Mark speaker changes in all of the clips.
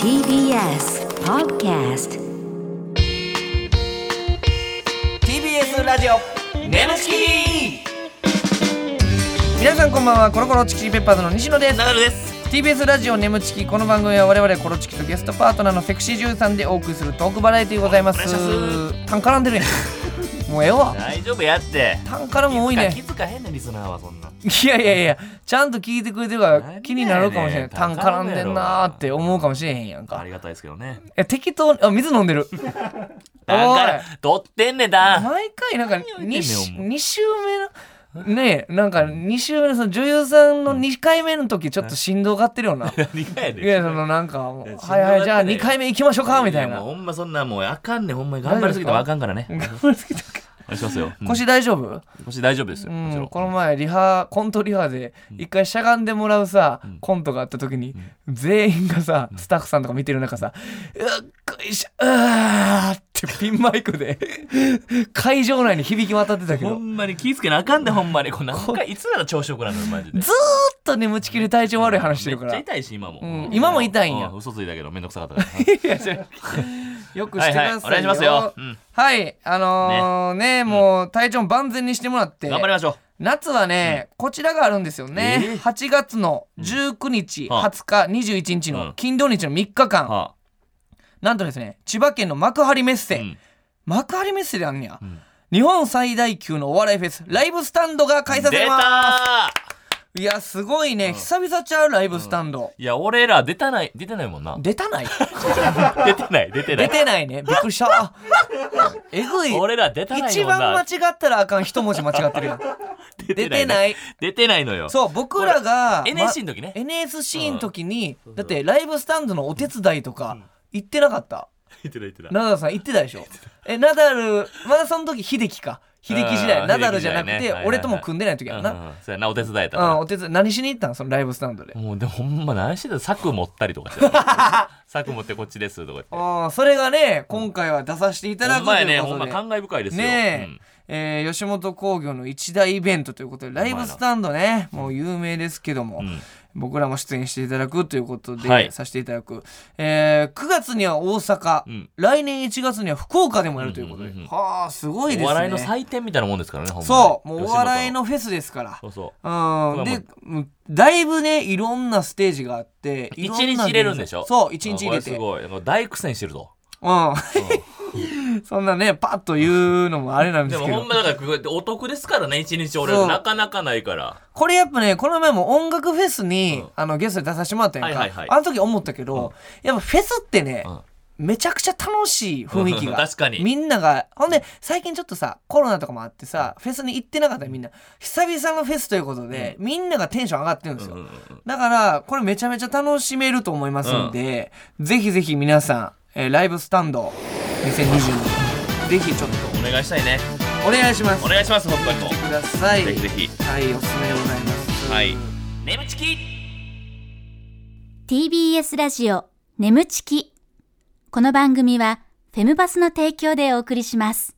Speaker 1: TBS Podcast
Speaker 2: TBS ラジオ
Speaker 3: ムチキ
Speaker 2: 皆さんこんばんはコロコロチキチキペッパーズの西野です
Speaker 3: ナダルです。
Speaker 2: TBS ラジオネムチキこの番組は我々コロチキとゲストパートナーのセクシージュンさんでお送りするトークバラエティーございます
Speaker 3: お願い
Speaker 2: タン絡んでるやんもうええわ
Speaker 3: 大丈夫やって。
Speaker 2: タン絡む多い
Speaker 3: 気
Speaker 2: ね
Speaker 3: づかへんねんリスナーはそんな。
Speaker 2: いやいやいやちゃんと聞いてくれてるから
Speaker 3: 何
Speaker 2: 気になるかもしれない
Speaker 3: やねん
Speaker 2: タン絡んでんなーって思うかもしれへんやん
Speaker 3: あ
Speaker 2: か
Speaker 3: りがたいですけどね。
Speaker 2: え適当にあ水飲んでる
Speaker 3: だから取ってんねんだ。
Speaker 2: 毎回なんか
Speaker 3: 言うてんねん
Speaker 2: 2,
Speaker 3: お前
Speaker 2: 二週目のねえなんか2週目のその女優さんの2回目の時ちょっと振動がってるよな
Speaker 3: 何がやねん
Speaker 2: いやそのなんかもう
Speaker 3: や
Speaker 2: はいはいじゃあ
Speaker 3: しんどかったね
Speaker 2: 2回目行きましょうかみたい
Speaker 3: や
Speaker 2: な
Speaker 3: もうほんまそんなもうあかんねんほんまに頑張りすぎてもあかんからね。お願
Speaker 2: 頑張りすぎた
Speaker 3: いしますよ。うん
Speaker 2: 腰大丈夫
Speaker 3: 腰大丈夫です
Speaker 2: う
Speaker 3: よ。もちろ
Speaker 2: ん
Speaker 3: ん
Speaker 2: この前リハコントリハで一回しゃがんでもらうさコントがあった時に全員がさスタッフさんとか見てる中さ「うっこいしょうわー」ってピンマイ クで会場内に響き渡ってたけ
Speaker 3: ほ
Speaker 2: ど
Speaker 3: んまに気ぃつけなあかんでほんまに。これ何回いつなら朝食なのよマジで。
Speaker 2: ずーっと眠ちきり体調悪い話してるか
Speaker 3: め
Speaker 2: ら
Speaker 3: っちゃ痛いし今も
Speaker 2: うん。今も痛いんや
Speaker 3: う嘘ついたけどめんどくさかったから。
Speaker 2: よくしてくださ
Speaker 3: はいはいお願
Speaker 2: いよ。
Speaker 3: いしますようん
Speaker 2: はい、あのーね、もう体調も万全にしてもらって。
Speaker 3: 頑張りましょう。
Speaker 2: 夏はね、こちらがあるんですよね。
Speaker 3: えー
Speaker 2: 8月の19日、
Speaker 3: はあ
Speaker 2: 20日、21日
Speaker 3: う
Speaker 2: の
Speaker 3: ん
Speaker 2: 金土日の3日間、
Speaker 3: は
Speaker 2: なんとですね、千葉県の幕張メッ
Speaker 3: あ
Speaker 2: セ、
Speaker 3: うん
Speaker 2: 幕張メッセであんねや、
Speaker 3: ん
Speaker 2: 日本最大級のお笑いフェス、ライブスタンドが開催さ
Speaker 3: 出
Speaker 2: れ
Speaker 3: た
Speaker 2: ま
Speaker 3: ー
Speaker 2: す。いや、すごいね、久々ちゃうライブスタンド。
Speaker 3: いや俺ら出たない出てないもんな。
Speaker 2: 出たない
Speaker 3: 出てない出てな
Speaker 2: 出
Speaker 3: い。
Speaker 2: てないね。びっくりした。えぐい。
Speaker 3: 俺ら出たないもんな。。
Speaker 2: 一番間違ったらあかん一文字間違ってるよ出てないい
Speaker 3: 出てないのよ。
Speaker 2: そう僕らが
Speaker 3: これ NSC の時ね
Speaker 2: ま NSC の時にだってライブスタンドのお手伝いとか行ってなかった
Speaker 3: 言ってた言ってた。
Speaker 2: ナダルさん行ってたで しょえナダルまだその時秀樹か秀樹時
Speaker 3: う
Speaker 2: 代
Speaker 3: ん
Speaker 2: ナダルじゃなく
Speaker 3: 秀樹時
Speaker 2: て
Speaker 3: 代ね
Speaker 2: 俺とも組んでない時や
Speaker 3: うん
Speaker 2: な
Speaker 3: うんそうやなお手伝いやった
Speaker 2: う
Speaker 3: から
Speaker 2: んお手伝い何しに行ったんそのライブスタンドで
Speaker 3: もうでもほんま何してた柵持ったりとか してた柵持ってこっちですとか言って
Speaker 2: あーそれがね今回は出させていただ
Speaker 3: ほ
Speaker 2: く
Speaker 3: ん
Speaker 2: と
Speaker 3: まや
Speaker 2: い
Speaker 3: ね
Speaker 2: う
Speaker 3: ほ
Speaker 2: こ
Speaker 3: ん
Speaker 2: と
Speaker 3: ま
Speaker 2: で
Speaker 3: 感慨深いですよ
Speaker 2: ね
Speaker 3: うん
Speaker 2: え、えー吉本興業の一大イベントということでライブスタンドねもう有名ですけども、
Speaker 3: ん
Speaker 2: 僕らも出演していただくということで、
Speaker 3: はい
Speaker 2: させていただく、えー9月には大阪、
Speaker 3: ん
Speaker 2: 来年1月には福岡でもやるということで、
Speaker 3: うんうんうんうん
Speaker 2: はあすごいですね
Speaker 3: お笑いの祭典みたいなもんですからねほんまに
Speaker 2: そうもうお笑いの
Speaker 3: 吉
Speaker 2: フェスですから
Speaker 3: 本のそうそう
Speaker 2: うん、
Speaker 3: まあ
Speaker 2: でうんだいぶねいろんなステージがあってい
Speaker 3: 一
Speaker 2: ろんな
Speaker 3: 日入れるんでしょ
Speaker 2: そう一日入れて
Speaker 3: あこれすごい大苦戦してると
Speaker 2: うん、 そんなねパッと言うのもあれなんで
Speaker 3: ですも
Speaker 2: けど
Speaker 3: ほんまだからこうやってお得ですからね一日俺
Speaker 2: そう
Speaker 3: らなかなかないから
Speaker 2: これやっぱねこの前も音楽フェスに、
Speaker 3: うん
Speaker 2: あのゲストで出させてもらったやんか、
Speaker 3: はいはいはい
Speaker 2: あの時思ったけど、やっぱフェスってね、
Speaker 3: うん
Speaker 2: めちゃくちゃ楽しい雰囲気が
Speaker 3: 確かに
Speaker 2: みんながほんで最近ちょっとさコロナとかもあってさフェスに行ってなかったみんな久々のフェスということで、みんながテンション上がってるんですよ、
Speaker 3: うんうんうん
Speaker 2: だからこれめちゃめちゃ楽しめると思いますんで、ぜひぜひ皆さん、えーライブスタンド2022ぜひちょっと
Speaker 3: お願いしたいね
Speaker 2: お願いします
Speaker 3: お願いします本当にも
Speaker 2: 来
Speaker 3: う
Speaker 2: てください
Speaker 3: ぜひぜひ
Speaker 2: はいおすすめでございます
Speaker 3: はいネムチキ
Speaker 4: TBS ラジオ眠ちきこの番組はフェムバスの提供でお送りします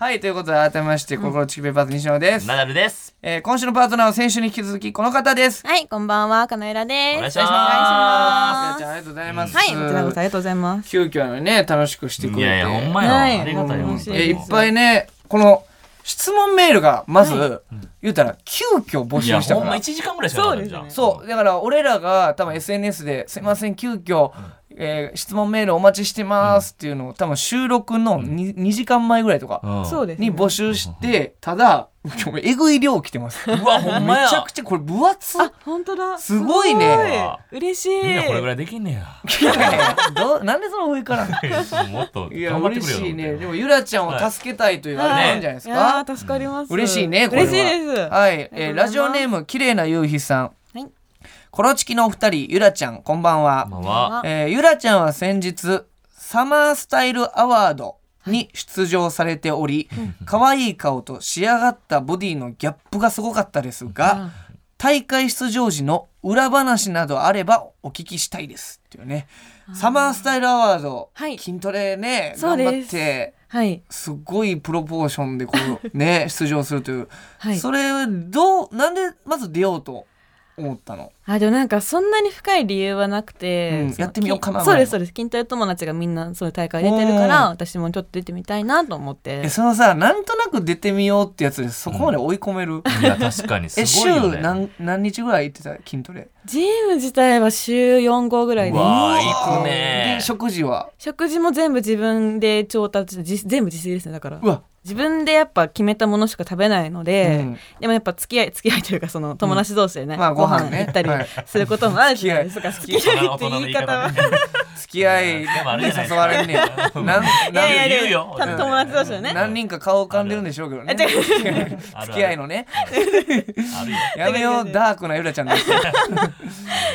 Speaker 2: はい、ということで改めまして、心チキペーパーズ西野です。
Speaker 3: ナダルです
Speaker 2: えー今週のパートナーは先週に引き続きこの方です。
Speaker 5: はい、こんばんは、かなえらです。
Speaker 3: お願いします
Speaker 2: あや
Speaker 5: は
Speaker 2: ちゃんありがとうございます。
Speaker 5: い、こちらこそありがとうございます。
Speaker 2: 急遽のね、楽しくしてくれて。
Speaker 3: いやいやほんまやな
Speaker 5: はい
Speaker 3: ありがたいよ本当に
Speaker 2: えーいっぱ
Speaker 5: い
Speaker 2: いね、この質問メールがまず、言うたら急遽募
Speaker 3: い
Speaker 2: 集
Speaker 3: や
Speaker 2: した
Speaker 3: ほ
Speaker 2: か
Speaker 3: んま
Speaker 2: ら
Speaker 3: 1。時間ぐらいしかなかったんじゃん
Speaker 2: そう、だから俺らが多分 SNS ですいません、急遽、えー質問メールお待ちしてますっていうのを多分収録の 2, 時間前ぐらいとか。
Speaker 3: うん
Speaker 5: そうですね。
Speaker 2: に募集して、ただ、今日えぐい量来てます。
Speaker 3: うわほんまや
Speaker 2: めちゃくちゃこれ分厚っ
Speaker 5: あ、本当だ。
Speaker 2: すごいね
Speaker 5: すごい。嬉しい。
Speaker 3: みんなこれぐらいできんねや
Speaker 2: いやいやどうなんでその上から
Speaker 3: もっと
Speaker 2: いや
Speaker 3: 頑張って
Speaker 2: 嬉
Speaker 3: くれよ
Speaker 2: しい
Speaker 3: み
Speaker 2: ね
Speaker 3: た
Speaker 2: で
Speaker 3: い
Speaker 2: もゆらちゃんを助けたいというあれなんじゃないですか、
Speaker 5: やー助かります。
Speaker 2: 嬉しいねこれは
Speaker 5: 嬉しいです。
Speaker 2: はい、えー
Speaker 5: ありがとうございます
Speaker 2: ラジオネーム綺麗な夕日さん、
Speaker 5: はい
Speaker 2: コロチキのお二人ゆらちゃんこんばんは、
Speaker 3: なまあまあ
Speaker 2: えーゆらちゃんは先日サマースタイルアワードに出場されており、可愛い顔と仕上がったボディのギャップがすごかったですが、大会出場時の裏話などあればお聞きしたいですっていうねサマースタイルアワード、
Speaker 5: はい
Speaker 2: 筋トレね
Speaker 5: そう
Speaker 2: 頑
Speaker 5: で
Speaker 2: 張
Speaker 5: す
Speaker 2: って
Speaker 5: はい。
Speaker 2: すごいプロポーションで こうね出場するという、
Speaker 5: はい
Speaker 2: それどうなんでまず出ようと思ったの。
Speaker 5: あでもなんかそんなに深い理由はなくて、
Speaker 2: うん
Speaker 5: その
Speaker 2: やってみようかな
Speaker 5: そうですそうです筋トレ友達がみんなそういう大会出てるから私もちょっと出てみたいなと思って
Speaker 2: え、そのさ、なんとなく出てみようってやつでそこまで追い込める、
Speaker 3: いや確かにす
Speaker 2: え、
Speaker 3: ご
Speaker 2: 週
Speaker 3: いよね。
Speaker 2: 何何日ぐらい行ってた筋トレ。
Speaker 5: ジム自体は週4号ぐらいで
Speaker 3: うわー行くね
Speaker 2: で、食事は。
Speaker 5: 食事も全部自分で調達自全部自炊ですねだから
Speaker 2: うわ、
Speaker 5: 自分でやっぱ決めたものしか食べないので、
Speaker 2: うん
Speaker 5: でもやっぱ付き合い付き合いというかその友達同士でね、
Speaker 2: まあご飯ね
Speaker 5: 行ったり
Speaker 2: はい
Speaker 5: することもあるじゃないですか、
Speaker 3: 大
Speaker 5: 付き合い
Speaker 3: 人
Speaker 5: っ
Speaker 3: の
Speaker 5: て
Speaker 3: 大人の
Speaker 5: 言
Speaker 3: 言
Speaker 5: い
Speaker 3: い
Speaker 5: 方
Speaker 3: 方
Speaker 5: は
Speaker 3: ね。
Speaker 2: 付き合い
Speaker 3: で
Speaker 2: に
Speaker 3: もあれじゃないです
Speaker 2: 誘
Speaker 3: か
Speaker 2: われんねん。 なん
Speaker 3: い
Speaker 2: な
Speaker 5: や
Speaker 2: ん
Speaker 5: いや
Speaker 3: 言うよ。
Speaker 5: た友達同士でね
Speaker 2: 何人か顔浮かんでるんでしょうけどね。
Speaker 5: あ違う
Speaker 3: ある
Speaker 2: 付き合いのね。
Speaker 3: あるよ。
Speaker 2: やめよ
Speaker 5: 違う違う違
Speaker 2: う、
Speaker 5: う
Speaker 2: ダークなゆらちゃんです。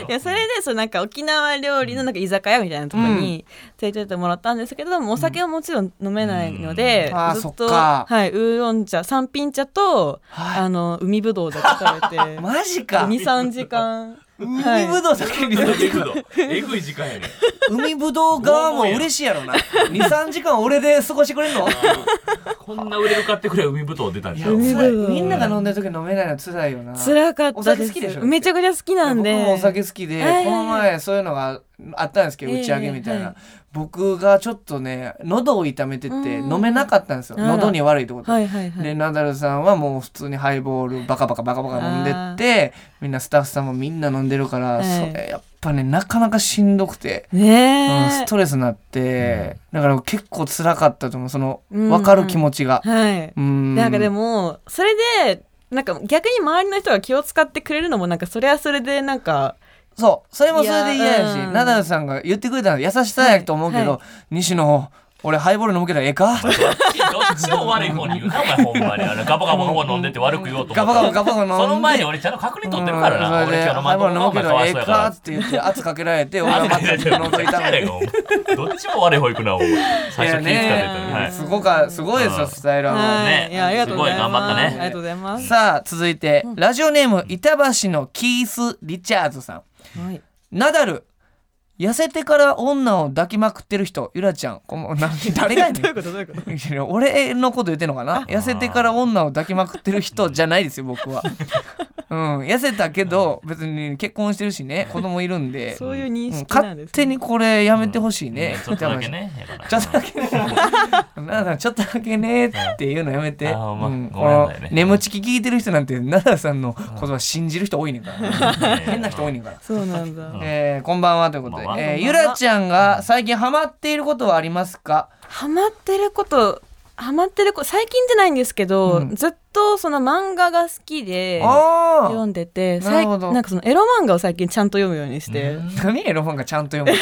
Speaker 5: いやそれでそうなんか沖縄料理のなんか居酒屋みたいなとこに連れてってもらったんですけど、もうお酒はもちろん飲めないので、
Speaker 2: うんあー
Speaker 5: ずっ
Speaker 2: そっ
Speaker 5: と
Speaker 2: か
Speaker 5: はい、ウーロン茶三品茶と、
Speaker 2: はい
Speaker 5: あの海ぶどうだけ食べ て
Speaker 2: マジか。
Speaker 5: 二三時間
Speaker 2: 海ぶどうだけに
Speaker 3: えぐいのえぐい時間やね。
Speaker 2: 海ぶどう側も嬉しいやろな。二三時間俺で過ごしてくれんの。
Speaker 3: こんな売れるかってくらい海ぶどう出たん
Speaker 2: い
Speaker 3: じ
Speaker 2: や
Speaker 3: ゃん。
Speaker 5: 海ぶどう
Speaker 2: みんなが飲んでる時飲めないの辛いよな。
Speaker 5: 辛かったです
Speaker 2: お酒好きでしょ
Speaker 5: めちゃくちゃ好きなんで
Speaker 2: 僕もお酒好きで、
Speaker 5: はいはいはい
Speaker 2: この前そういうのがあったんですけど、
Speaker 5: ええ
Speaker 2: 打ち上げみたいな、
Speaker 5: はい
Speaker 2: 僕がちょっとね喉を痛めてて
Speaker 5: うん
Speaker 2: 飲めなかったんですよ
Speaker 5: あら
Speaker 2: 喉に悪いってことで、
Speaker 5: はいはいはい
Speaker 2: でナダルさんはもう普通にハイボールバカバカバカバカ飲んでってみんなスタッフさんもみんな飲んでるから、
Speaker 5: はい
Speaker 2: それやっぱねなかなかしんどくて。
Speaker 5: ね
Speaker 2: うん
Speaker 5: え
Speaker 2: ストレスになって、だから結構辛かったと思うその
Speaker 5: うん
Speaker 2: 分かる気持ちが。
Speaker 5: はい
Speaker 2: うん
Speaker 5: なんかでもそれでなんか逆に周りの人が気を使ってくれるのもなんかそれはそれでなんか
Speaker 2: そうそれもそれで嫌やし
Speaker 5: いやうん
Speaker 2: ナダルさんが言ってくれたの優しさやと思うけど、
Speaker 5: はいは
Speaker 2: 西野俺ハイボール飲むけどええか
Speaker 3: どっちどっちも悪い方に言うなお前ほんまにあれガバガバガバ飲んでて悪く言おうと思った
Speaker 2: ガバガバガバガバ飲んで
Speaker 3: その前に俺ちゃんと確認取ってるから
Speaker 2: う
Speaker 3: なん
Speaker 2: そ
Speaker 3: 俺
Speaker 2: れで
Speaker 3: 今日の
Speaker 2: ハ
Speaker 3: ま
Speaker 2: イ
Speaker 3: と
Speaker 2: ボール飲む
Speaker 3: お
Speaker 2: け
Speaker 3: 前
Speaker 2: ど
Speaker 3: かわ
Speaker 2: え
Speaker 3: い
Speaker 2: え
Speaker 3: そうや
Speaker 2: か
Speaker 3: か
Speaker 2: って言って圧かけられて俺
Speaker 3: ら
Speaker 2: は
Speaker 3: あ
Speaker 2: また喉
Speaker 3: め
Speaker 2: 痛
Speaker 3: ちゃくちゃや
Speaker 2: め
Speaker 3: ねんかお前
Speaker 2: て
Speaker 3: どっちも悪い方行くなお前最初気ぃ使ってたのに
Speaker 2: いや
Speaker 3: は
Speaker 2: ね
Speaker 3: い
Speaker 2: すごかすごいです
Speaker 3: う
Speaker 2: よ
Speaker 3: ん
Speaker 2: スタイルはもう
Speaker 5: はい
Speaker 3: ね
Speaker 5: いやありがとうございます
Speaker 3: すごい頑張ったね
Speaker 5: ありがとうございます
Speaker 2: さあ続いて、ラジオネーム板橋のキース・リチャーズさん
Speaker 5: はい
Speaker 2: ナダル痩せてから女を抱きまくってる人ゆらちゃんこんな誰がやねん
Speaker 5: どういうことどういうこと
Speaker 2: いや 俺のこと言ってんのかな痩せてから女を抱きまくってる人じゃないですよ僕はうん痩せたけど別に結婚してるしね子供いるんで
Speaker 5: そういう認
Speaker 2: うん
Speaker 5: 識なん
Speaker 2: 勝
Speaker 5: です
Speaker 2: 手
Speaker 5: ね
Speaker 2: にこれやめてほしいね、
Speaker 3: ちょっとだけねやから
Speaker 2: ちょっとだけねなんだちょっとだけねっていうのやめて、
Speaker 3: あほんま
Speaker 2: うん
Speaker 3: ご
Speaker 2: こ
Speaker 3: めんな
Speaker 2: の
Speaker 3: さいね
Speaker 2: 眠ちき聞いてる人なんて奈良さんの言葉信じる人多いね んから、変な人多いねんから
Speaker 5: そうなんだ
Speaker 2: えーこんばんはということで、
Speaker 3: こんばんは
Speaker 2: えーゆらちゃんが最近ハマっていることはありますか、
Speaker 5: ハマってることハマってること最近じゃないんですけど、
Speaker 2: うん
Speaker 5: ずっとその漫画が好きで
Speaker 2: あ
Speaker 5: 読
Speaker 2: あ
Speaker 5: んでて
Speaker 2: なるほど
Speaker 5: 最なんかそのエロ漫画を最近ちゃんと読むようにして、
Speaker 2: 何エロ本がちゃんと読む ち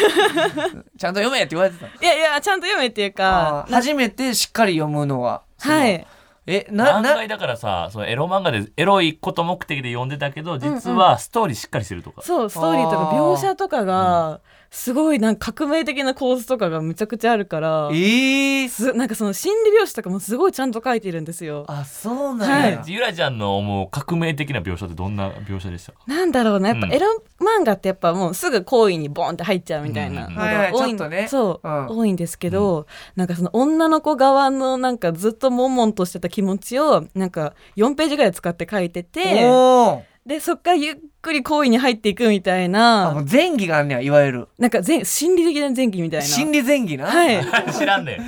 Speaker 2: ゃんと読めって言われてた
Speaker 5: いやいやちゃんと読めっていう
Speaker 2: あ
Speaker 5: か
Speaker 2: ー初めてしっかり読むのは
Speaker 5: はい
Speaker 2: えな
Speaker 3: 何
Speaker 2: な
Speaker 3: 回だからさそのエロ漫画でエロいこと目的で読んでたけど実はストーリーしっかりしてるとか
Speaker 5: そうストーリーとか
Speaker 2: あー
Speaker 5: 描写とかがすごいなんか革命的な構図とかがむちゃくちゃあるから
Speaker 2: えー、
Speaker 5: すなんかその心理描写とかもすごいちゃんと書いてるんですよ。
Speaker 2: あそうなんや、
Speaker 5: は
Speaker 3: ゆらちゃんの思う革命的な描写ってどんな描写でしたか
Speaker 5: なんだろうなやっぱ
Speaker 3: うん
Speaker 5: エロ漫画ってやっぱもうすぐ行為にボンって入っちゃうみたいな
Speaker 3: うん
Speaker 5: の
Speaker 2: はいはい
Speaker 5: が多い,、
Speaker 2: ちょっとね
Speaker 5: そう、
Speaker 2: うん
Speaker 5: 多いんですけど、なんかその女の子側のなんかずっと悶々としてた気持ちをなんか4ページぐらい使って書いてて
Speaker 2: おお
Speaker 5: でそっからゆっくり行為に入っていくみたい
Speaker 2: あも
Speaker 5: な
Speaker 2: う前儀があんねやいわゆる
Speaker 5: なんか前心理的な前期みたいな。
Speaker 2: 心理前儀な、、
Speaker 5: はいい
Speaker 3: 知らんねん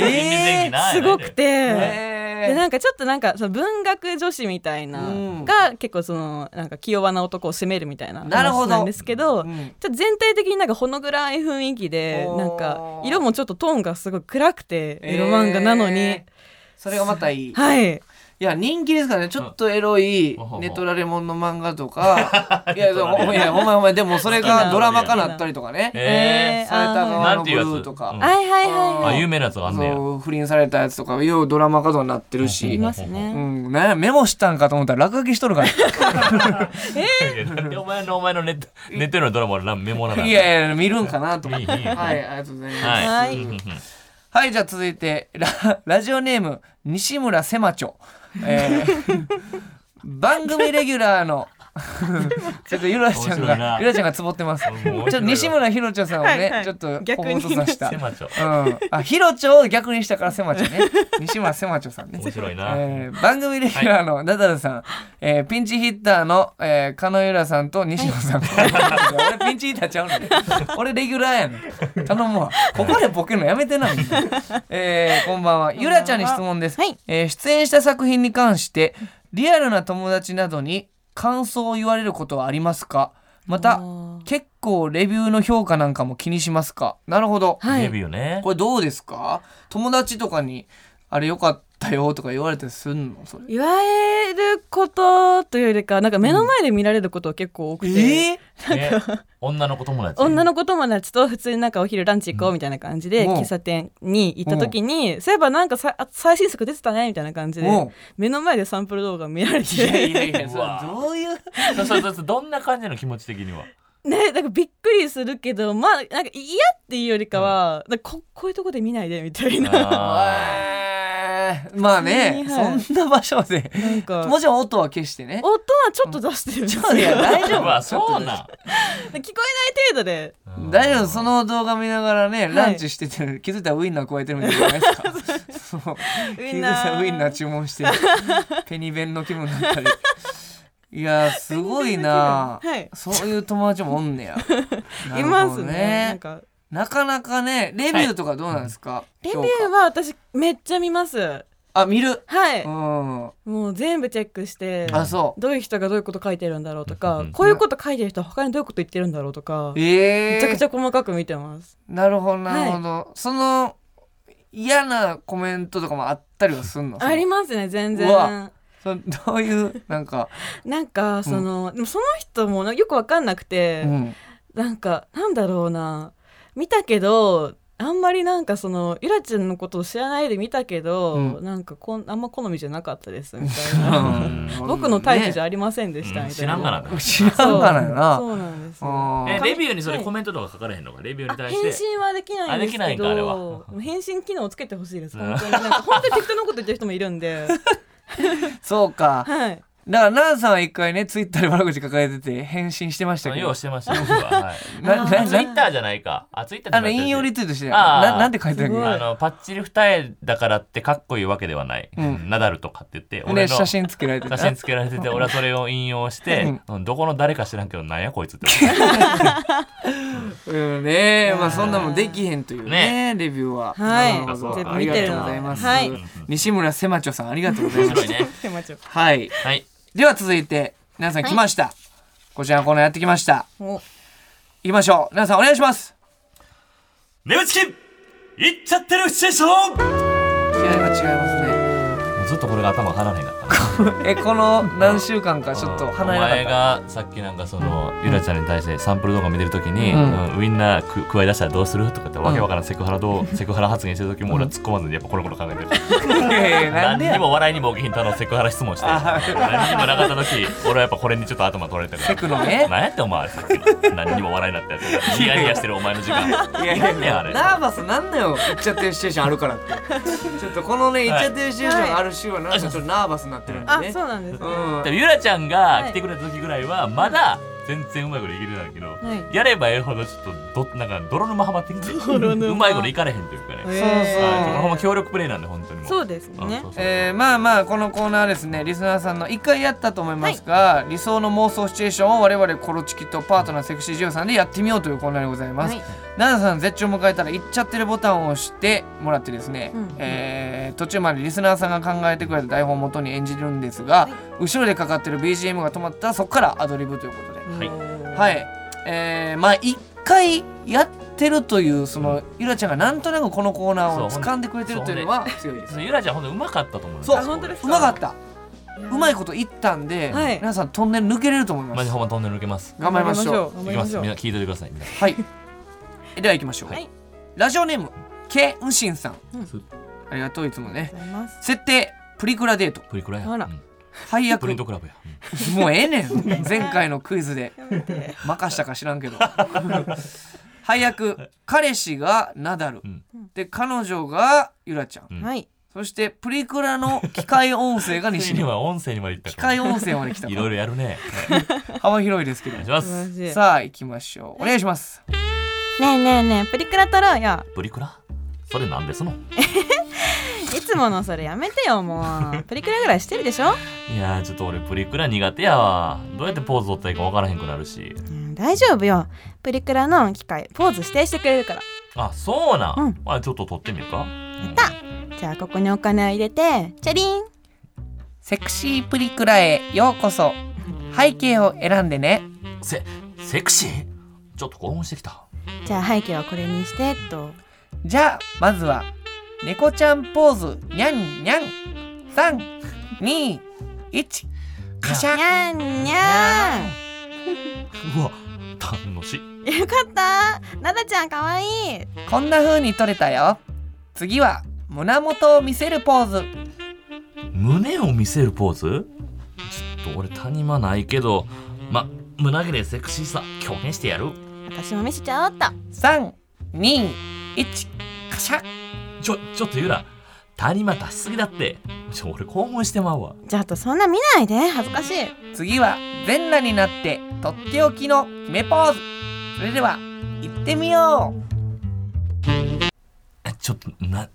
Speaker 2: えー
Speaker 5: すごくて、で
Speaker 2: え
Speaker 5: なんかちょっとなんかその文学女子みたいな、
Speaker 2: うん
Speaker 5: が結構そのなんか気弱な男を責めるみたいな
Speaker 2: なるほど
Speaker 5: 話なんですけど
Speaker 2: ーうん
Speaker 5: ちょっと全体的になんかほの暗い雰囲気で
Speaker 2: おー
Speaker 5: なんか色もちょっとトーンがすごい暗くてエロ漫画なのに、
Speaker 2: えーそれがまたいい
Speaker 5: はい
Speaker 2: いや人気ですからねちょっとエロい
Speaker 3: うん
Speaker 2: ネトラレモンの漫画とか いやで
Speaker 3: ネトラレ
Speaker 2: も
Speaker 3: モン
Speaker 2: いやほんまほんまでもそれ
Speaker 5: 好き
Speaker 2: が
Speaker 5: な
Speaker 2: ドラマ化なったりとかね
Speaker 3: え
Speaker 5: え
Speaker 2: された側のブルーと
Speaker 3: なんていう
Speaker 2: か
Speaker 3: や
Speaker 5: はいはい
Speaker 3: ー、
Speaker 5: は
Speaker 3: あ
Speaker 5: いはい
Speaker 3: 有名なやつがあんねや
Speaker 2: そう不倫されたやつとかようドラマ化とかになってる
Speaker 5: い
Speaker 2: し
Speaker 5: ますね、
Speaker 2: うん、なんやメモしたんかと思ったら落書きしとるから
Speaker 3: なんでお前のお前のネットネットのドラマのメモなの
Speaker 2: いやいや見るんかなと思っ
Speaker 3: いいい
Speaker 2: て
Speaker 3: いいい
Speaker 2: はいありがとうございます
Speaker 3: はい
Speaker 5: はい
Speaker 3: うんうんうん
Speaker 2: はい、じゃあ続いてラ ラジオネーム 西村せまちょ、えー番組レギュラーのちょっとゆらちゃん
Speaker 3: 面白い
Speaker 2: が
Speaker 3: な
Speaker 2: ゆらちゃんがつぼってますち
Speaker 3: 面白い
Speaker 2: ょ
Speaker 3: わ
Speaker 2: っと西村ひろちょさんをね、
Speaker 5: はいはい
Speaker 2: ちょっと
Speaker 5: 逆に
Speaker 2: ほうとさ した
Speaker 3: 狭ちょ
Speaker 2: うん、あひろちょを逆にしたからせまちょね西村せまちょさんね
Speaker 3: 面白いな、
Speaker 2: えー番組レギュラーのナダルさん、えーピンチヒッターの、えー、カノユラさんと西野さん、俺ピンチヒッターちゃうねん俺レギュラーやねん頼むわここでボケるのやめてない、えーこんばんはゆらちゃんに質問です、
Speaker 5: はい
Speaker 2: えー出演した作品に関してリアルな友達などに感想を言われることはありますかまた
Speaker 5: おー
Speaker 2: 結構レビューの評価なんかも気にしますかなるほど
Speaker 5: はい
Speaker 3: レビューね
Speaker 2: これどうですか友達とかにあれ良かったよとか言われたりすんのそれ
Speaker 5: 言われることというよりかなんか目の前で見られることが結構多くて、
Speaker 2: え
Speaker 3: ね女の子友達
Speaker 5: 女の子友達と普通になんかお昼ランチ行こうみたいな感じで、
Speaker 2: うん
Speaker 5: 喫茶店に行った時に、そういえばなんかさあ最新作出てたねみたいな感じで、
Speaker 2: うん
Speaker 5: 目の前でサンプル動画見られ
Speaker 2: いや
Speaker 5: て
Speaker 2: いやいやそう
Speaker 3: わ
Speaker 2: どういう
Speaker 3: そうそうそうそうどんな感じなの気持ち的には
Speaker 5: ねなんかびっくりするけどまあなんか嫌っていうよりかは、なんかここういうとこで見ないでみたいな
Speaker 3: あ
Speaker 2: えーまあね
Speaker 5: 普通にはい
Speaker 2: そんな場所で
Speaker 5: なんか
Speaker 2: もちろん音は消してね
Speaker 5: 音はちょっと出してるんですよ、
Speaker 2: い や大
Speaker 3: ー
Speaker 2: 丈
Speaker 3: まあ
Speaker 2: 夫
Speaker 3: そうなん
Speaker 5: 聞こえない程度で
Speaker 3: うん
Speaker 2: 大丈夫その動画見ながらね
Speaker 5: い
Speaker 2: ランチしてて、気づいたらウインナー加えてるみたいじゃないですかそう
Speaker 5: ウ
Speaker 2: ウ
Speaker 5: インナー
Speaker 2: ウインナー注文してペニベンの気分になったりいやすごいな、
Speaker 5: はい
Speaker 2: そういう友達もおんねや
Speaker 5: い
Speaker 2: なる
Speaker 5: ま
Speaker 2: ほ
Speaker 5: す
Speaker 2: ど
Speaker 5: ねなんか
Speaker 2: なかなかねレビューとかどうなんですか、
Speaker 5: レビュ
Speaker 2: 評
Speaker 5: ー
Speaker 2: 価
Speaker 5: は私めっちゃ見ます
Speaker 2: あ見る
Speaker 5: はい、
Speaker 2: うん
Speaker 5: もう全部チェックして
Speaker 2: あそ
Speaker 5: どういう人がどういうこと書いてるんだろうとか、
Speaker 3: うん
Speaker 5: こういうこと書いてる人は他にどういうこと言ってるんだろうとか、
Speaker 2: うええ
Speaker 5: めちゃくちゃ細かく見てます。
Speaker 2: なるほどなるほど、その嫌なコメントとかもあったりはすんの
Speaker 5: ありますね全
Speaker 2: う
Speaker 5: 然
Speaker 2: わ。そのどういうなんか、
Speaker 5: なんかその、でもその人もなよくわかんなくて
Speaker 2: う、ん、
Speaker 5: なんかなんだろうな見たけどあんまりなんかそのゆらちゃんのことを知らないで見たけど、
Speaker 2: う
Speaker 5: なんかこんあんま好みじゃなかったですみ たいな 僕のタイプじゃありませんでした
Speaker 3: うん
Speaker 5: みたい
Speaker 3: 知
Speaker 5: な。
Speaker 3: らんからな
Speaker 2: ね知らんからやな
Speaker 5: そうそうなんですよ。
Speaker 2: うん
Speaker 3: えレビューにそれ
Speaker 5: はい
Speaker 3: コメントとか書かれへんのかレビュー
Speaker 5: あ
Speaker 3: に対
Speaker 5: 返
Speaker 3: して
Speaker 5: 信はできないんです
Speaker 3: あで
Speaker 5: け
Speaker 3: きないんかあれは
Speaker 5: ど、返信機能をつけてほしい です。
Speaker 3: うん
Speaker 5: 本当になんか本当に適当なこと言ってる人もいるんで、
Speaker 2: そうか
Speaker 5: はい。
Speaker 2: だからナンさんは一回ねツイッターで悪口書かれてて返信してました
Speaker 3: あ
Speaker 2: け
Speaker 3: よ
Speaker 2: ど
Speaker 3: うしてましたよ僕ははい
Speaker 2: な
Speaker 5: あ
Speaker 2: な
Speaker 3: ツイ
Speaker 2: な
Speaker 3: ッターじゃないかあツイッター
Speaker 2: あの引用
Speaker 3: り
Speaker 2: リツイートして
Speaker 3: あー
Speaker 2: ななんて書いてたっけ
Speaker 5: すごい
Speaker 3: あのパッチリ二重だからってかっこいいわけではない、
Speaker 2: うん
Speaker 3: ナダルとかって言って俺
Speaker 2: ね、
Speaker 3: の
Speaker 2: 写真つけられてた
Speaker 3: 写真つけられてて俺はそれを引用して、うんどこの誰か知らんけどなんやこいつって思って
Speaker 2: うんね
Speaker 5: やー
Speaker 2: まあそんなもんできへんというねレビューは
Speaker 5: はい
Speaker 2: なるほ
Speaker 3: そう
Speaker 2: ど
Speaker 3: か
Speaker 2: ありがとうございます
Speaker 5: はい
Speaker 2: 西村せまちょさんありがとうござい
Speaker 3: 面
Speaker 2: ま
Speaker 3: 白
Speaker 2: し
Speaker 3: い
Speaker 2: た
Speaker 3: ね
Speaker 5: 手間ちょ
Speaker 2: はい
Speaker 3: はい
Speaker 2: では続いて皆さん来ましたこちらのコーナーやってきました
Speaker 5: お
Speaker 2: 行きましょう皆さんお願いします
Speaker 3: 眠ちきいっちゃってるシチュエーショ
Speaker 2: 気合が違いますね
Speaker 3: ンずっとこれが頭離れへんかったな
Speaker 2: えこの何週間かちょっと離れ
Speaker 3: お前
Speaker 2: なかっ
Speaker 3: がさっきなんかそのゆらちゃんに対してサンプル動画見てるときに、
Speaker 2: うん
Speaker 3: うんウインナーく加え出したらどうするとかってわけわからんセクハラどうセクハラ発言してる時も俺は突っ込まずにやっぱコロコロ考えてる
Speaker 2: たいやいやなん
Speaker 3: 何
Speaker 2: で
Speaker 3: に
Speaker 2: や
Speaker 3: も笑いにも起きひんたのセクハラ質問して何にもなかった時俺はやっぱこれにちょっと頭取られたから
Speaker 2: セクのね
Speaker 3: 何やってんお前さっきの何にも笑いになったやつニヤニヤしてるお前の時間
Speaker 2: いやい
Speaker 3: 何やあ
Speaker 2: や
Speaker 3: れ
Speaker 2: ナーバスなんだよ言っちゃってるシチュエーションあるからってちょっとこのね言っちゃってるシチュエーションがある週はなんかちょっとナーバスになってるんで
Speaker 5: あ、
Speaker 2: ね
Speaker 5: そうなんですね。
Speaker 2: うん
Speaker 3: でもゆらちゃんが来てくれた時ぐらいはまだ全然うまいこといけてたんだけど、
Speaker 5: はい
Speaker 3: やればやるほどちょっとどなんか泥沼ハマってきて
Speaker 5: 泥沼
Speaker 3: うまいこといかれへんというかね、
Speaker 5: へ
Speaker 2: そうそう
Speaker 3: はいちょっとほんま協力プレイなんで本当にも
Speaker 5: そうですね
Speaker 3: んそうそう
Speaker 2: えーまあまあこのコーナーはですねリスナーさんの一回やったと思いますが、理想の妄想シチュエーションを我々コロチキとパートナーセクシージオさんでやってみようというコーナーでございます、
Speaker 5: はい
Speaker 2: 奈々さん絶頂を迎えたら「行っちゃってる」ボタンを押してもらってですね、
Speaker 5: うん
Speaker 2: えー途中までリスナーさんが考えてくれた台本を元に演じるんですが、
Speaker 5: はい。
Speaker 2: 後ろでかかってる BGM が止まったらそこからアドリブということで、
Speaker 3: はい
Speaker 2: はいいえーまあ一回やってるというその、ゆらちゃんがなんとなくこのコーナーを
Speaker 3: そう
Speaker 2: 掴んでくれてるというのは強いです
Speaker 3: そうゆらちゃん本当うまかったと思う
Speaker 2: そう
Speaker 5: あ本当です
Speaker 2: うまか
Speaker 5: か
Speaker 2: ったうまいこと言ったんで、
Speaker 5: はい
Speaker 2: 皆さんトンネル抜けれると思いま
Speaker 3: マジ
Speaker 2: す
Speaker 3: ほんまトンネル抜けます
Speaker 2: 頑張りましょう
Speaker 3: いき
Speaker 5: 頑張り
Speaker 3: ま
Speaker 5: まし
Speaker 3: す
Speaker 5: ょう。
Speaker 3: みん
Speaker 5: 頑張りまし
Speaker 3: な聞
Speaker 5: ょ
Speaker 3: いててくださいみんな
Speaker 2: はいえでは行きましょう、
Speaker 5: はい
Speaker 2: ラジオネームケンシンさん、
Speaker 5: うん
Speaker 2: ありがとういつもね
Speaker 5: うございます。
Speaker 2: 設定プリクラデート
Speaker 3: プリクラや
Speaker 5: あら
Speaker 3: うん
Speaker 2: 配役
Speaker 3: プリントクラブや、うん
Speaker 2: もうええねん前回のクイズで
Speaker 5: やめて
Speaker 2: 任したか知らんけど 配役彼氏がナダル、
Speaker 3: うん
Speaker 2: で彼女がゆらちゃん、
Speaker 3: うん
Speaker 5: はい。
Speaker 2: そそしてプリクラの機械音声が
Speaker 3: 西
Speaker 2: 西
Speaker 3: に
Speaker 2: 日
Speaker 3: は音声にまで行った
Speaker 2: 機
Speaker 3: か
Speaker 2: 械音声まで来た
Speaker 3: いろいろやるね。
Speaker 2: 幅広いですけ
Speaker 3: お
Speaker 2: ど
Speaker 3: 願いしま
Speaker 5: 素晴ら
Speaker 3: す。
Speaker 5: しい
Speaker 2: さあ行きましょうお願いします
Speaker 5: ねえねえねえプリクラ撮ろうよ
Speaker 3: プリクラそれなんですの
Speaker 5: いつものそれやめてよも うプリクラぐらいしてるでしょ、
Speaker 3: いやーちょっと俺プリクラ苦手やわ。どうやってポーズ取ったらいいか分からへんくなるし。
Speaker 5: うん大丈夫よプリクラの機械ポーズ指定してくれるから
Speaker 3: あ、そうな。
Speaker 5: うん
Speaker 3: ん、あちょっと取ってみるか。や
Speaker 5: ったじゃあここにお金を入れてチャリン
Speaker 2: セクシープリクラへようこそ背景を選んでね
Speaker 3: せ、セクシーちょっと興奮してきた。
Speaker 5: じゃあ背景はこれにしてっと
Speaker 2: じゃあまずは猫ちゃんポーズにゃんにゃん321カシ
Speaker 5: に
Speaker 2: ャン
Speaker 5: ゃんにゃ
Speaker 3: うわ、楽しい。
Speaker 5: んよかったなだちゃんかわいい
Speaker 2: こんな風に撮れたよ次は胸元を見せるポーズ
Speaker 3: 胸を見せるポーズちょっと俺谷間ないけど、ま、胸毛でセクシーさ表現してやる。
Speaker 5: 私も見せちゃおうっと
Speaker 2: 321カシャン
Speaker 3: ちょ、ちょっと言うな。谷間出しすぎだって。ちょ、俺興奮してまうわ。
Speaker 5: じゃああとそんな見ないで恥ずかしい
Speaker 2: 次は全裸になってとっておきの決めポーズそれでは行ってみよう
Speaker 3: えちょっと、な、ん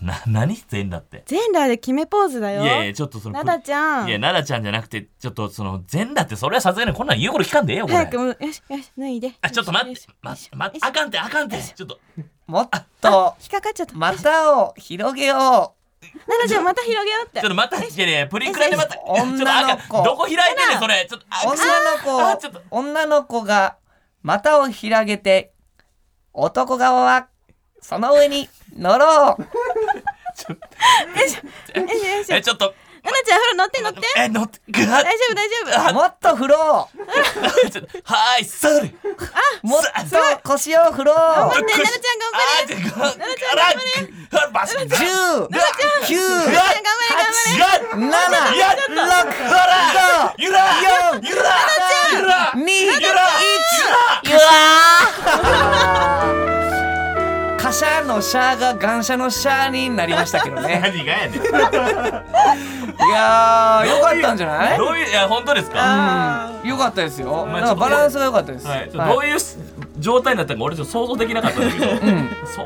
Speaker 3: な、何全裸って。
Speaker 5: 全裸で決めポーズだ
Speaker 3: い
Speaker 5: よ
Speaker 3: やいや、ちょっとその
Speaker 5: なだちゃん
Speaker 3: いや、奈々ちゃんじゃなくて、ちょっとその、全裸って、それはさすがにこんなん言うこと聞かんでええよ、これ。
Speaker 5: 早くもよしよし脱いで
Speaker 3: あ、ちょっと待
Speaker 5: よ
Speaker 3: っ
Speaker 5: してよ、
Speaker 3: 待
Speaker 5: し
Speaker 3: って、待って、あかんて、あかんて、ちょっと。
Speaker 2: もっと
Speaker 5: 引っかかっちゃったな
Speaker 2: 股を広げよ
Speaker 5: なちゃんまた広げようって
Speaker 3: ちょっとまた、いやいや、プリクラでまた、ちょ
Speaker 2: 女の
Speaker 3: っ
Speaker 2: 子
Speaker 3: とあかん、どこ開いてんねん、それ。ちょっと、
Speaker 2: う
Speaker 3: あ、
Speaker 2: 女
Speaker 3: あ
Speaker 2: の
Speaker 3: ちょっ
Speaker 2: 子
Speaker 3: と
Speaker 2: を女の子が股を広げて男側はその上に乗ろう
Speaker 5: よしよし
Speaker 3: え、ちょっと、
Speaker 5: ななちゃんほら乗って乗って
Speaker 3: え、乗って、ぐわ
Speaker 5: 大丈夫大丈夫
Speaker 2: もっと振ろ う
Speaker 3: ちょっとはーい、それ。
Speaker 2: もっと腰を振ろう
Speaker 5: 待ってななち
Speaker 3: あー、ちょっと、ぐわっ、ぐわっ、バス、
Speaker 2: 10 9
Speaker 5: ゃん頑張れ頑張
Speaker 2: 7
Speaker 5: れ
Speaker 2: 6 5 4 3
Speaker 3: ゆらゆらゆらゆら
Speaker 2: 2
Speaker 3: ゆら
Speaker 2: うわーカシャのシャーがガンシャのシャーになりましたけどね
Speaker 3: 何がやねん。
Speaker 2: いやーよかったんじゃない
Speaker 3: どういう、いや、本当ですか
Speaker 2: うん良かったですよ。
Speaker 3: ま
Speaker 2: な
Speaker 3: あ
Speaker 2: んかバランスが良かったです。
Speaker 3: はい、ちょっとどう
Speaker 2: は
Speaker 3: いうす状態になったのか俺ちょっと想像できなかったんだけど、そ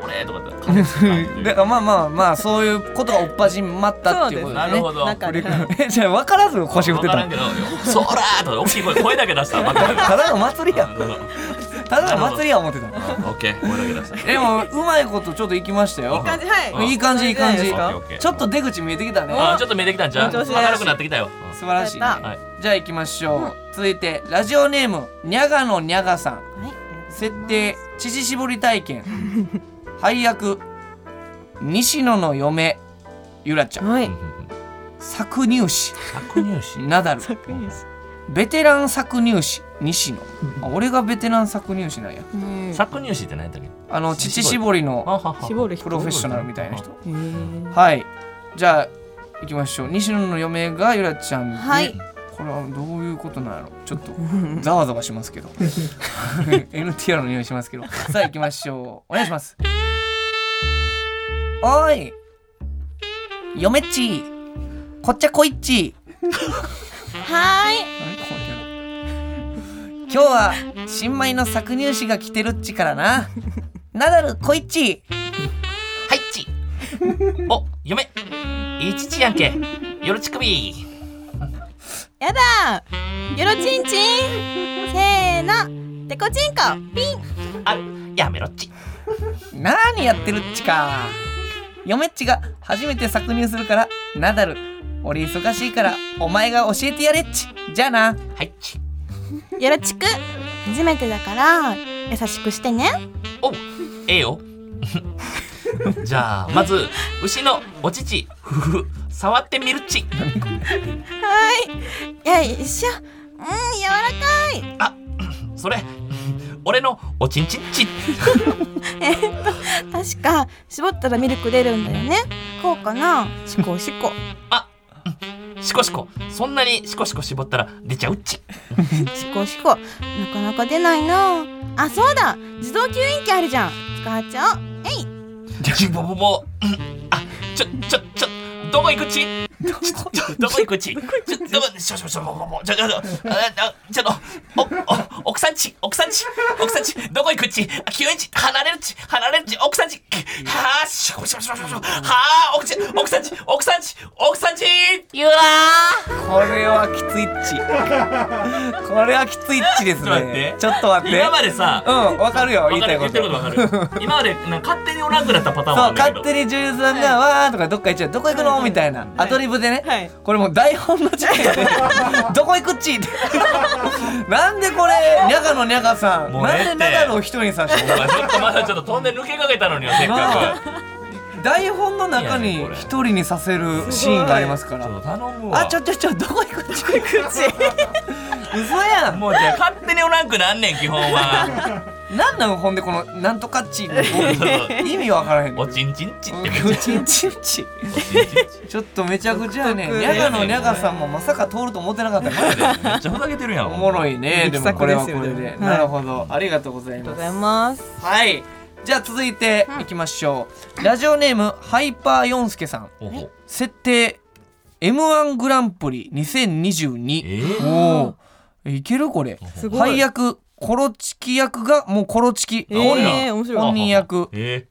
Speaker 3: れとかって感じたってい
Speaker 2: い。
Speaker 3: う
Speaker 2: だからまあまあまあそういうことがおっぱじまったっていうこと
Speaker 3: な
Speaker 2: で
Speaker 3: る
Speaker 2: ね
Speaker 3: ほ。ど
Speaker 5: なんか
Speaker 2: こ
Speaker 5: ね
Speaker 2: れ えじゃあ分からず腰振って
Speaker 3: わから
Speaker 2: た
Speaker 3: ん
Speaker 2: の
Speaker 3: け。ど「そら!」とか大きい声声だけ出したらまた
Speaker 2: ただの祭りや。
Speaker 3: うん
Speaker 2: ただの祭りや思ってた。
Speaker 3: オッケー声だけ出した
Speaker 2: でもうまいことちょっといきましたよ。
Speaker 5: 感じはい
Speaker 2: いい感じいい感じ。
Speaker 5: いい
Speaker 3: オ
Speaker 5: です
Speaker 3: ッケ
Speaker 5: か
Speaker 3: ーオッケー
Speaker 2: ちょっと出口見えてきたね。
Speaker 3: あーちょっと見えてきたんちゃう
Speaker 5: 調
Speaker 3: 明
Speaker 5: 子が
Speaker 3: るくなってきたよ
Speaker 2: 素晴らしいね。
Speaker 5: やった
Speaker 3: はい
Speaker 2: じゃあ行きましょう。続いてラジオネームにゃがのにゃがさん。
Speaker 5: はい
Speaker 2: 設定乳搾り体験配役西野の嫁ゆらちゃん
Speaker 5: は
Speaker 3: うん
Speaker 5: い
Speaker 3: うんうん
Speaker 2: 搾乳師
Speaker 3: 搾乳師
Speaker 2: ナダル
Speaker 5: 作品です
Speaker 2: ベテラン搾乳師西野あ俺がベテラン搾乳師なんや
Speaker 5: うん
Speaker 3: 搾乳師って何やったっけ
Speaker 2: あの乳
Speaker 3: 乳搾り
Speaker 2: 搾りの
Speaker 3: はは
Speaker 5: 絞る人
Speaker 2: プロフェッショナルみたいな人
Speaker 5: へー
Speaker 2: はいじゃあ行きましょう西野の嫁がゆらちゃんで、
Speaker 5: はい
Speaker 2: これはどういうことなんやろちょっとざわざわしますけど NTR の匂いしますけどさあ行きましょうお願いしますおーい嫁っちこっちゃこいっち
Speaker 5: はーい
Speaker 2: 何このキャラ今日は新米の搾乳師が来てるっちからなナダルこいっち
Speaker 3: はいちお嫁いちちやんけよろちくび
Speaker 5: やだよろちんちんせーのてこちんこピン
Speaker 3: あやめろっち
Speaker 2: 何やってるっちか嫁っちが初めて搾乳するからナダル俺忙しいからお前が教えてやれっちじゃあな
Speaker 3: はいち
Speaker 5: よろちく初めてだから優しくしてね
Speaker 3: おええよ じゃあまず牛のお乳ふふふ触ってみるっち
Speaker 5: よいしょうん柔らかい
Speaker 3: あそれ俺のおちんちんちん
Speaker 5: 確か絞ったらミルク出るんだよねこうかなしこしこ
Speaker 3: しこしこそんなにしこしこ絞ったら出ちゃうっち
Speaker 5: しこしこなかなか出ないなあそうだ自動吸引器あるじゃん使っちゃおうえい
Speaker 3: じゅぼぼぼうんあちょちょちょどこ行くちちょちょどこ行くちちょどこしょしょしょもうもうもうちょちょああちょっとおお奥さんち奥さんち奥さんちどこ行くちあ急にち離れるち離れるち奥さんちはあしょしょしょしょしょはあ奥ち奥さんち奥さんち奥さんち
Speaker 2: うわこれはきついっち これはきついっちですねち
Speaker 3: ち
Speaker 2: ょっと待って
Speaker 3: 今までさ
Speaker 2: うんわかるよ言
Speaker 3: 分
Speaker 2: い
Speaker 3: か
Speaker 2: たい
Speaker 3: る
Speaker 2: こ
Speaker 3: 言
Speaker 2: と
Speaker 3: ってること 分かる今までなんか勝手におらんくなったパターンもあ
Speaker 2: そ
Speaker 3: る
Speaker 2: う
Speaker 3: だ
Speaker 2: ん
Speaker 3: けど
Speaker 2: 勝手に女優さんが「わー」とかどっか行っちゃう「どこ行くの?」みたいなアドリブで
Speaker 5: は
Speaker 2: ね
Speaker 5: い
Speaker 2: これもう台本の時点で「どこ行くっち?」 ってなんでこれにゃがのにゃがさん
Speaker 3: もうええって
Speaker 2: なんでながのを一人にさせ
Speaker 3: お
Speaker 2: て
Speaker 3: 前ちょっとまだちょっと飛んで抜けかけたのによせっかく
Speaker 2: 台本の中
Speaker 3: いや
Speaker 2: に
Speaker 3: これ
Speaker 2: 一人にさせるシーンがありますか
Speaker 3: ちょっと
Speaker 2: ら
Speaker 3: 頼むわ
Speaker 2: あちょちょちょどこ行 くっち嘘やん
Speaker 3: もうじゃあ勝手におらんくなんねん基本 は
Speaker 2: なんなのほんでこの「なんとかっち」の 意味わからへん
Speaker 3: おちんちんちってめっちゃ
Speaker 2: うちんちんちちょっとめちゃくちゃやねにゃがのにゃがさんもまさか通ると思ってなかったから
Speaker 3: めっちゃふざけてるやん
Speaker 2: おもろいね。で
Speaker 5: 力
Speaker 2: もこれ
Speaker 5: 作で
Speaker 2: は
Speaker 5: す
Speaker 2: こ
Speaker 5: よね
Speaker 2: れで。
Speaker 5: はい
Speaker 2: なるほど。ありがとうござい
Speaker 5: りがとう
Speaker 2: ま
Speaker 5: ござい
Speaker 2: す。
Speaker 5: ます
Speaker 2: はい。じゃあ続いていきましょう。ラジオネームハイパーヨンスケさん。
Speaker 3: おお
Speaker 2: 設定 M1 グランプリ2022。
Speaker 3: えー
Speaker 2: おお。いけるこれ。
Speaker 5: すごい
Speaker 2: 配役コロチキ役がもうコロチキ。
Speaker 5: え
Speaker 3: おるやん
Speaker 5: ー、面白
Speaker 2: 本
Speaker 5: い
Speaker 2: 人役
Speaker 3: え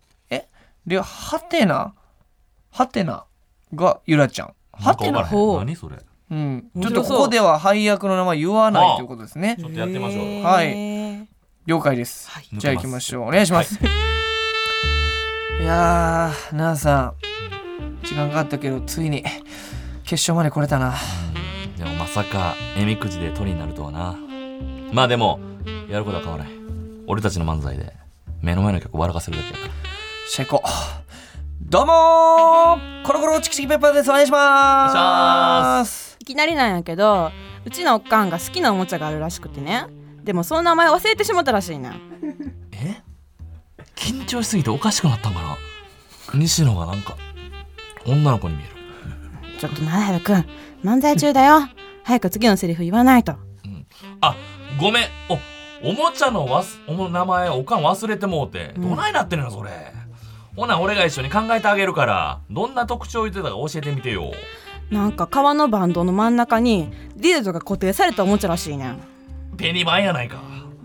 Speaker 2: でハテナハテナがゆらちゃん。
Speaker 3: ー、
Speaker 2: ハテ
Speaker 3: なん
Speaker 2: ナ。
Speaker 3: か分からへん何それち
Speaker 2: うん。ちょ
Speaker 5: 面
Speaker 2: っと
Speaker 5: 白そう
Speaker 2: ここでは配役の名前言わないということですね。
Speaker 3: ょっとやってみましょう、
Speaker 5: えー
Speaker 2: はい了解です、
Speaker 3: い
Speaker 2: じゃあ行きましょうお願いします、い、やーなあさん時間かかったけどついに決勝まで来れたな
Speaker 3: でもまさかえみくじで鳥になるとはなまあでもやることは変わらない俺たちの漫才で目の前の曲を笑かせるだけやから
Speaker 2: シェイコどうもーコロコロチキチキペッパーですお願いします
Speaker 3: お願いしま
Speaker 5: いきなりなんやけどうちのおっかんが好きなおもちゃがあるらしくてねでもその名前忘れてしまったらしいねん
Speaker 3: え緊張しすぎておかしくなったんかな西野がなんか女の子に見える
Speaker 5: ちょっとなはるくん漫才中だよ早く次のセリフ言わないと
Speaker 3: あごめんおおもちゃのわすおも名前おかん忘れてもうて、
Speaker 5: うん
Speaker 3: どないなってんのそれほな俺が一緒に考えてあげるからどんな特徴言ってたか教えてみてよ
Speaker 5: なんか革のバンドの真ん中にディルドが固定されたおもちゃらしいねん
Speaker 3: ペニバンやないか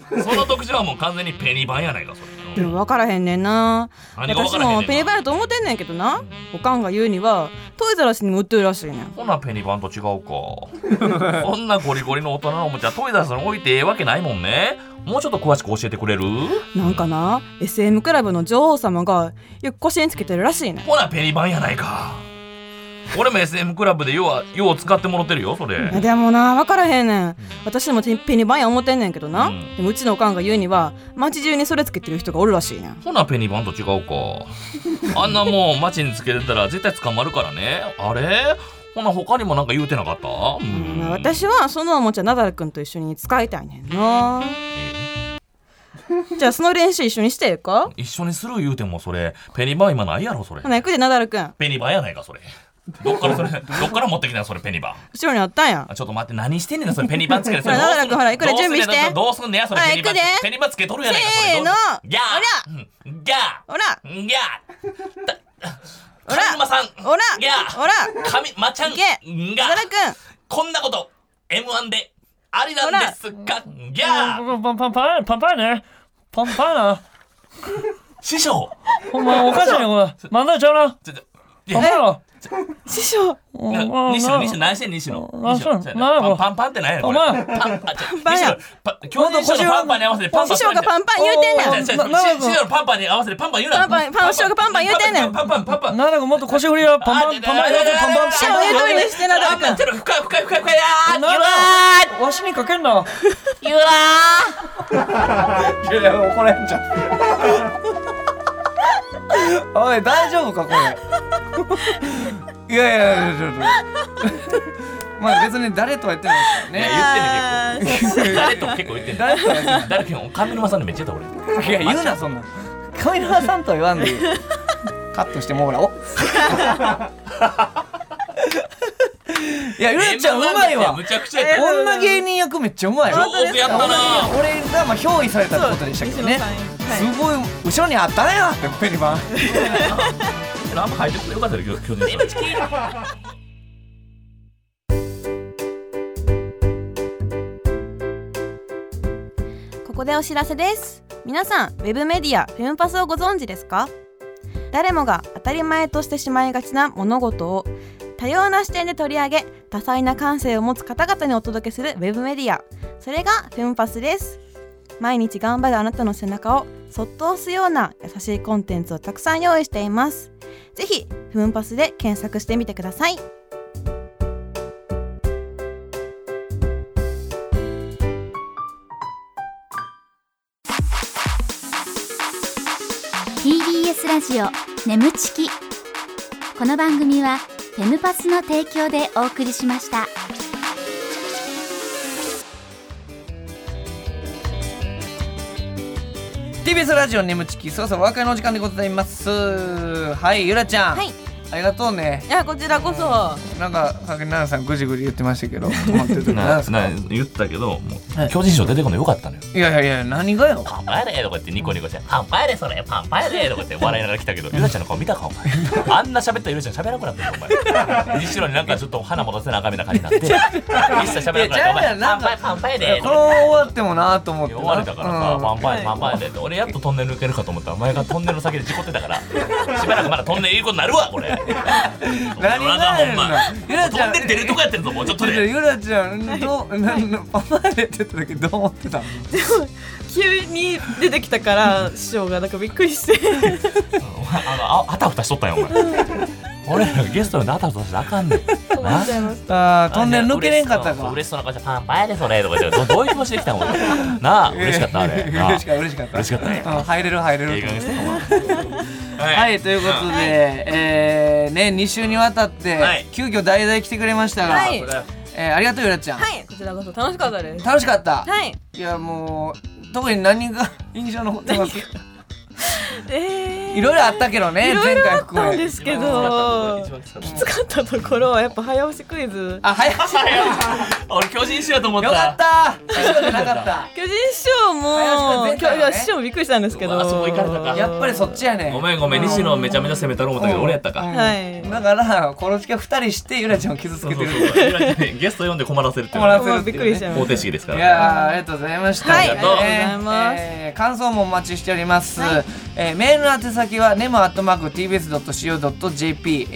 Speaker 3: その特徴はもう完全にペニバンやないかそ
Speaker 5: で
Speaker 3: れ
Speaker 5: も分からへんねんな
Speaker 3: 何が分
Speaker 5: 私
Speaker 3: からへんねんな
Speaker 5: もペニバンやと思ってんねんけどなおかんが言うにはトイザらスにも売ってるらしいねん
Speaker 3: ほなペニバンと違うか そんなゴリゴリの大人のおもちゃトイザらスに置いてええわけないもんねもうちょっと詳しく教えてくれる
Speaker 5: なんかな SM クラブの女王様がよく腰につけてるらしいねん
Speaker 3: ほなペニバンやないか俺も SM クラブでようよう使ってもらってるよそれ、
Speaker 5: いやでもな分からへんねん私もペニバンや思ってんねんけどな、
Speaker 3: うん
Speaker 5: でもうちのおかんが言うには街中にそれつけてる人がおるらしいねん
Speaker 3: ほなペニバンと違うか。あんなもん街につけてたら絶対捕まるからね。あれほな他にもなんか言うてなかったう
Speaker 5: うん
Speaker 3: ん
Speaker 5: 私はそのおもちゃナダルくんと一緒に使いたいねんなじゃあその練習一緒にしてええか
Speaker 3: 一緒にする言うてもそれ、ペニバン今ないやろそれ
Speaker 5: ほ。な行くでナダルくん
Speaker 3: ペニバンやないかそれ。どっ からそれ、どっから持ってきたのそれペニバン。
Speaker 5: 後ろにあったんや
Speaker 3: あちょっと待って、何してんねんなそれペニバンつけて。それ
Speaker 5: ほら奈良君ほらいくら
Speaker 3: どうすんねん
Speaker 5: 準備して
Speaker 3: どうすんねやそれ
Speaker 5: ほら
Speaker 3: ペニバン
Speaker 5: 行くで
Speaker 3: ペニバンつけとるやないか
Speaker 5: せー
Speaker 3: それど
Speaker 5: の
Speaker 3: うギャーうんギャ
Speaker 5: ほら
Speaker 3: ーギャー
Speaker 5: ほ
Speaker 3: た
Speaker 5: ら
Speaker 3: 上沼さん
Speaker 5: ほら
Speaker 3: ギャー
Speaker 5: ほら
Speaker 3: 神まちゃん
Speaker 5: い
Speaker 3: が
Speaker 5: けナダルくん
Speaker 3: こんなこと M1 でありなんですかギャ
Speaker 6: パ
Speaker 3: ー
Speaker 6: ンパンパンパンパンパンねパンパンな
Speaker 3: 師匠
Speaker 6: ほんまおかしいねこれ漫才ちゃうな
Speaker 3: ちょっと
Speaker 6: パンパンやろ
Speaker 5: 師匠
Speaker 6: お
Speaker 3: な
Speaker 6: 前
Speaker 3: 西野
Speaker 6: な
Speaker 3: 西野何してん西
Speaker 6: あ
Speaker 3: 野西
Speaker 6: そ
Speaker 3: 野
Speaker 6: う
Speaker 3: ちょっとパ
Speaker 6: な
Speaker 3: ンパンパンって何やねんこ
Speaker 6: お
Speaker 3: れ
Speaker 6: 前
Speaker 3: パンあちょ
Speaker 5: パンパンや
Speaker 3: 西野パン教授師匠のパンパンに合わせてパンパン
Speaker 5: 師匠がパ
Speaker 3: ン
Speaker 5: ンパン言うてんねん
Speaker 6: おー
Speaker 3: 師匠
Speaker 6: なな
Speaker 3: のパンパンに合わせてパンパン言うな
Speaker 5: パンパンパン師匠がパンパン言うてんねん
Speaker 3: パンパンパンパンパン
Speaker 6: 奈良君もっと腰振りやパンパンパンパンやろパンパン
Speaker 5: 師匠言うとりにしてナダルくん
Speaker 3: 深い深い深い深いあー
Speaker 6: なあわしにかけんな
Speaker 2: いやいや怒られんじゃんおい大丈夫かこれいやいやいやいやいやまあ別に誰とは言ってな
Speaker 3: い
Speaker 2: いですからね
Speaker 3: や 言ってんねん結構誰とも結構言ってんね
Speaker 2: 誰とは言ってない
Speaker 3: ん誰とも上沼さんにめっちゃ言った俺
Speaker 2: いや言うなそんなん上沼さんとは言わんでいいカットしてもうほらお いやゆらちゃんうまいわ
Speaker 3: むちゃくちゃやった
Speaker 2: 女芸人役めっちゃうまいわ
Speaker 3: 上手やったな
Speaker 2: 俺がまあ憑依されたってことでしたけどね
Speaker 5: 西野さんはい
Speaker 2: すごい後ろにあったねよってペリバン
Speaker 3: のあんま入ってこなよかったね、今日。今日のやつ
Speaker 5: ここでお知らせです皆さんウェブメディアフェムパスをご存知ですか誰もが当たり前としてしまいがちな物事を多様な視点で取り上げ多彩な感性を持つ方々にお届けするウェブメディアそれがフェムパスです毎日頑張るあなたの背中をそっと押すような優しいコンテンツをたくさん用意していますぜひフェムパスで検索してみてください
Speaker 4: TBS ラジオ眠ちきこの番組はフェムパスの提供でお送りしました。
Speaker 2: TBS ラジオ眠ちきそろそろお別れのお時間でございますはいゆらちゃん、
Speaker 5: はい
Speaker 2: ありがとうね
Speaker 5: いやこちらこそ
Speaker 2: なんかさっき奈々さんぐじぐじ言ってましたけ ど止まってる時何ですか
Speaker 3: なな言ったけど、も
Speaker 2: はいう
Speaker 3: 巨人賞出てこないよかったのよ。
Speaker 2: いやいやいや何がよ
Speaker 3: パンパやでとか言ってニコニコして、パンパやでそれ、パンパやでとか言って笑いながら来たけど、ゆらちゃんの顔見たか、お前。あんな喋ったゆらちゃん喋らなくなったよ、お前。後ろになんかちょっと花戻せなあかんみたいな感じになって、一切喋らなくなった、お前。
Speaker 2: いやじゃあ
Speaker 3: パンパや、パンパや
Speaker 2: いや
Speaker 3: で
Speaker 2: このまま終わってもなと思って
Speaker 3: 終われたからさ、パンパンやパン
Speaker 2: ン
Speaker 3: パンやでって俺やっとトンネル抜けるかと思ったらお前がトンネルの先で事故ってたから しばらくまだトンネルいいことになるわ これ
Speaker 2: 何がやねんなゆらち
Speaker 3: ト
Speaker 2: ゃ
Speaker 3: ン
Speaker 2: ん
Speaker 3: ネル出るとこやってるぞもうちょっと
Speaker 2: ちょっと
Speaker 3: で
Speaker 2: ゆらちゃんどうなんなんパパやでって言った時どう思ってたの
Speaker 5: 急に出てきたから師匠がなんかびっくりして
Speaker 3: お前あのああたふたしとったんやお 前俺らがゲストなんであたふたしてあかんねんな
Speaker 2: あートンネル抜けれんかったか
Speaker 3: 嬉しそうな顔してパンパンやでそれとか言ってどどういう気持ちで来たんお前なあ嬉しかったあ れなあ
Speaker 2: 嬉しかった嬉しかった
Speaker 3: 嬉しかったね
Speaker 2: うん入れる入れる
Speaker 3: ええ加減してお前
Speaker 2: は
Speaker 3: はい
Speaker 2: い、ということで、えーね、2週にわたって、
Speaker 3: はい
Speaker 2: 急遽代々来てくれましたが、
Speaker 5: はい
Speaker 2: えーありがとう、ゆらちゃん。
Speaker 5: はいこちらこそ楽しかったです
Speaker 2: 楽しかった。
Speaker 5: はい
Speaker 2: い、や、もう、特に何が印象残ってます
Speaker 5: えー
Speaker 2: いろいろあったけどね、
Speaker 5: いろい
Speaker 2: 前
Speaker 5: ろ
Speaker 2: 回
Speaker 5: あっ
Speaker 2: 含
Speaker 5: たんで
Speaker 2: め。
Speaker 5: すけ
Speaker 3: 一
Speaker 5: ど
Speaker 3: 番使った
Speaker 5: きつかったところはやっぱ早押しクイズ
Speaker 2: あ、早かっ。
Speaker 3: 俺巨人しようと思ったた
Speaker 2: よかった。そうじゃなかった。
Speaker 5: 巨人師匠も
Speaker 2: 林くん前
Speaker 5: 今
Speaker 2: 回
Speaker 5: 日
Speaker 2: はね
Speaker 5: いや師匠もびっくりしたんですけ
Speaker 3: う
Speaker 5: ど
Speaker 3: わそこ行かれたか
Speaker 2: やっぱりそっちやね。
Speaker 3: ごめんごめん西野めちゃめちゃ攻めたろ思ったけど
Speaker 2: うん
Speaker 3: 俺やったか
Speaker 5: はい
Speaker 2: だから、この時間2人して、ゆらちゃんを傷つ
Speaker 3: そう
Speaker 2: け
Speaker 3: そ
Speaker 2: て
Speaker 3: う
Speaker 2: る。
Speaker 3: そう ゲスト呼んで困らせるっていう
Speaker 2: 困らせ
Speaker 5: も
Speaker 2: る
Speaker 5: う
Speaker 2: て
Speaker 5: び
Speaker 2: いうね
Speaker 5: っくりしちゃい
Speaker 3: 方
Speaker 5: ま
Speaker 3: 程
Speaker 5: し
Speaker 3: 式ですか
Speaker 2: い
Speaker 3: ら
Speaker 2: やーありがとうございました。
Speaker 5: はい
Speaker 3: ありがとうご
Speaker 5: ざいます
Speaker 2: えー感想もお待ちしております。えーメールの宛先は nemo@tbs.co.jp、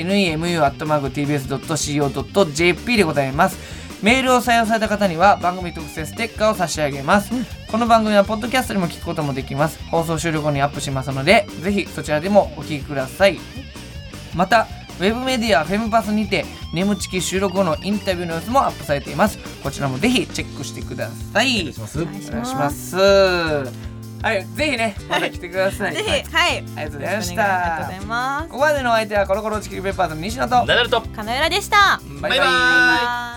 Speaker 2: nemu@tbs.co.jp でございます。メールを採用された方には番組特製ステッカーを差し上げます。この番組はポッドキャストにも聞くこともできます。放送終了後にアップしますので、ぜひそちらでもお聞きください。またウェブメディアフェムパスにて眠ちき収録後のインタビューの様子もアップされていますこちらもぜひチェックしてくださいお願いしますお願いしますはいぜひねまた来てください、
Speaker 5: たぜ
Speaker 2: はい
Speaker 5: ひはい
Speaker 2: ありがとうございまし
Speaker 5: お願ありがとう
Speaker 2: た
Speaker 5: ございます
Speaker 2: ここまでのお相手はコロコロチキペッパーズの西野と
Speaker 3: ナダルと
Speaker 5: 金浦でした
Speaker 2: バ
Speaker 3: バイバーイ
Speaker 5: バイ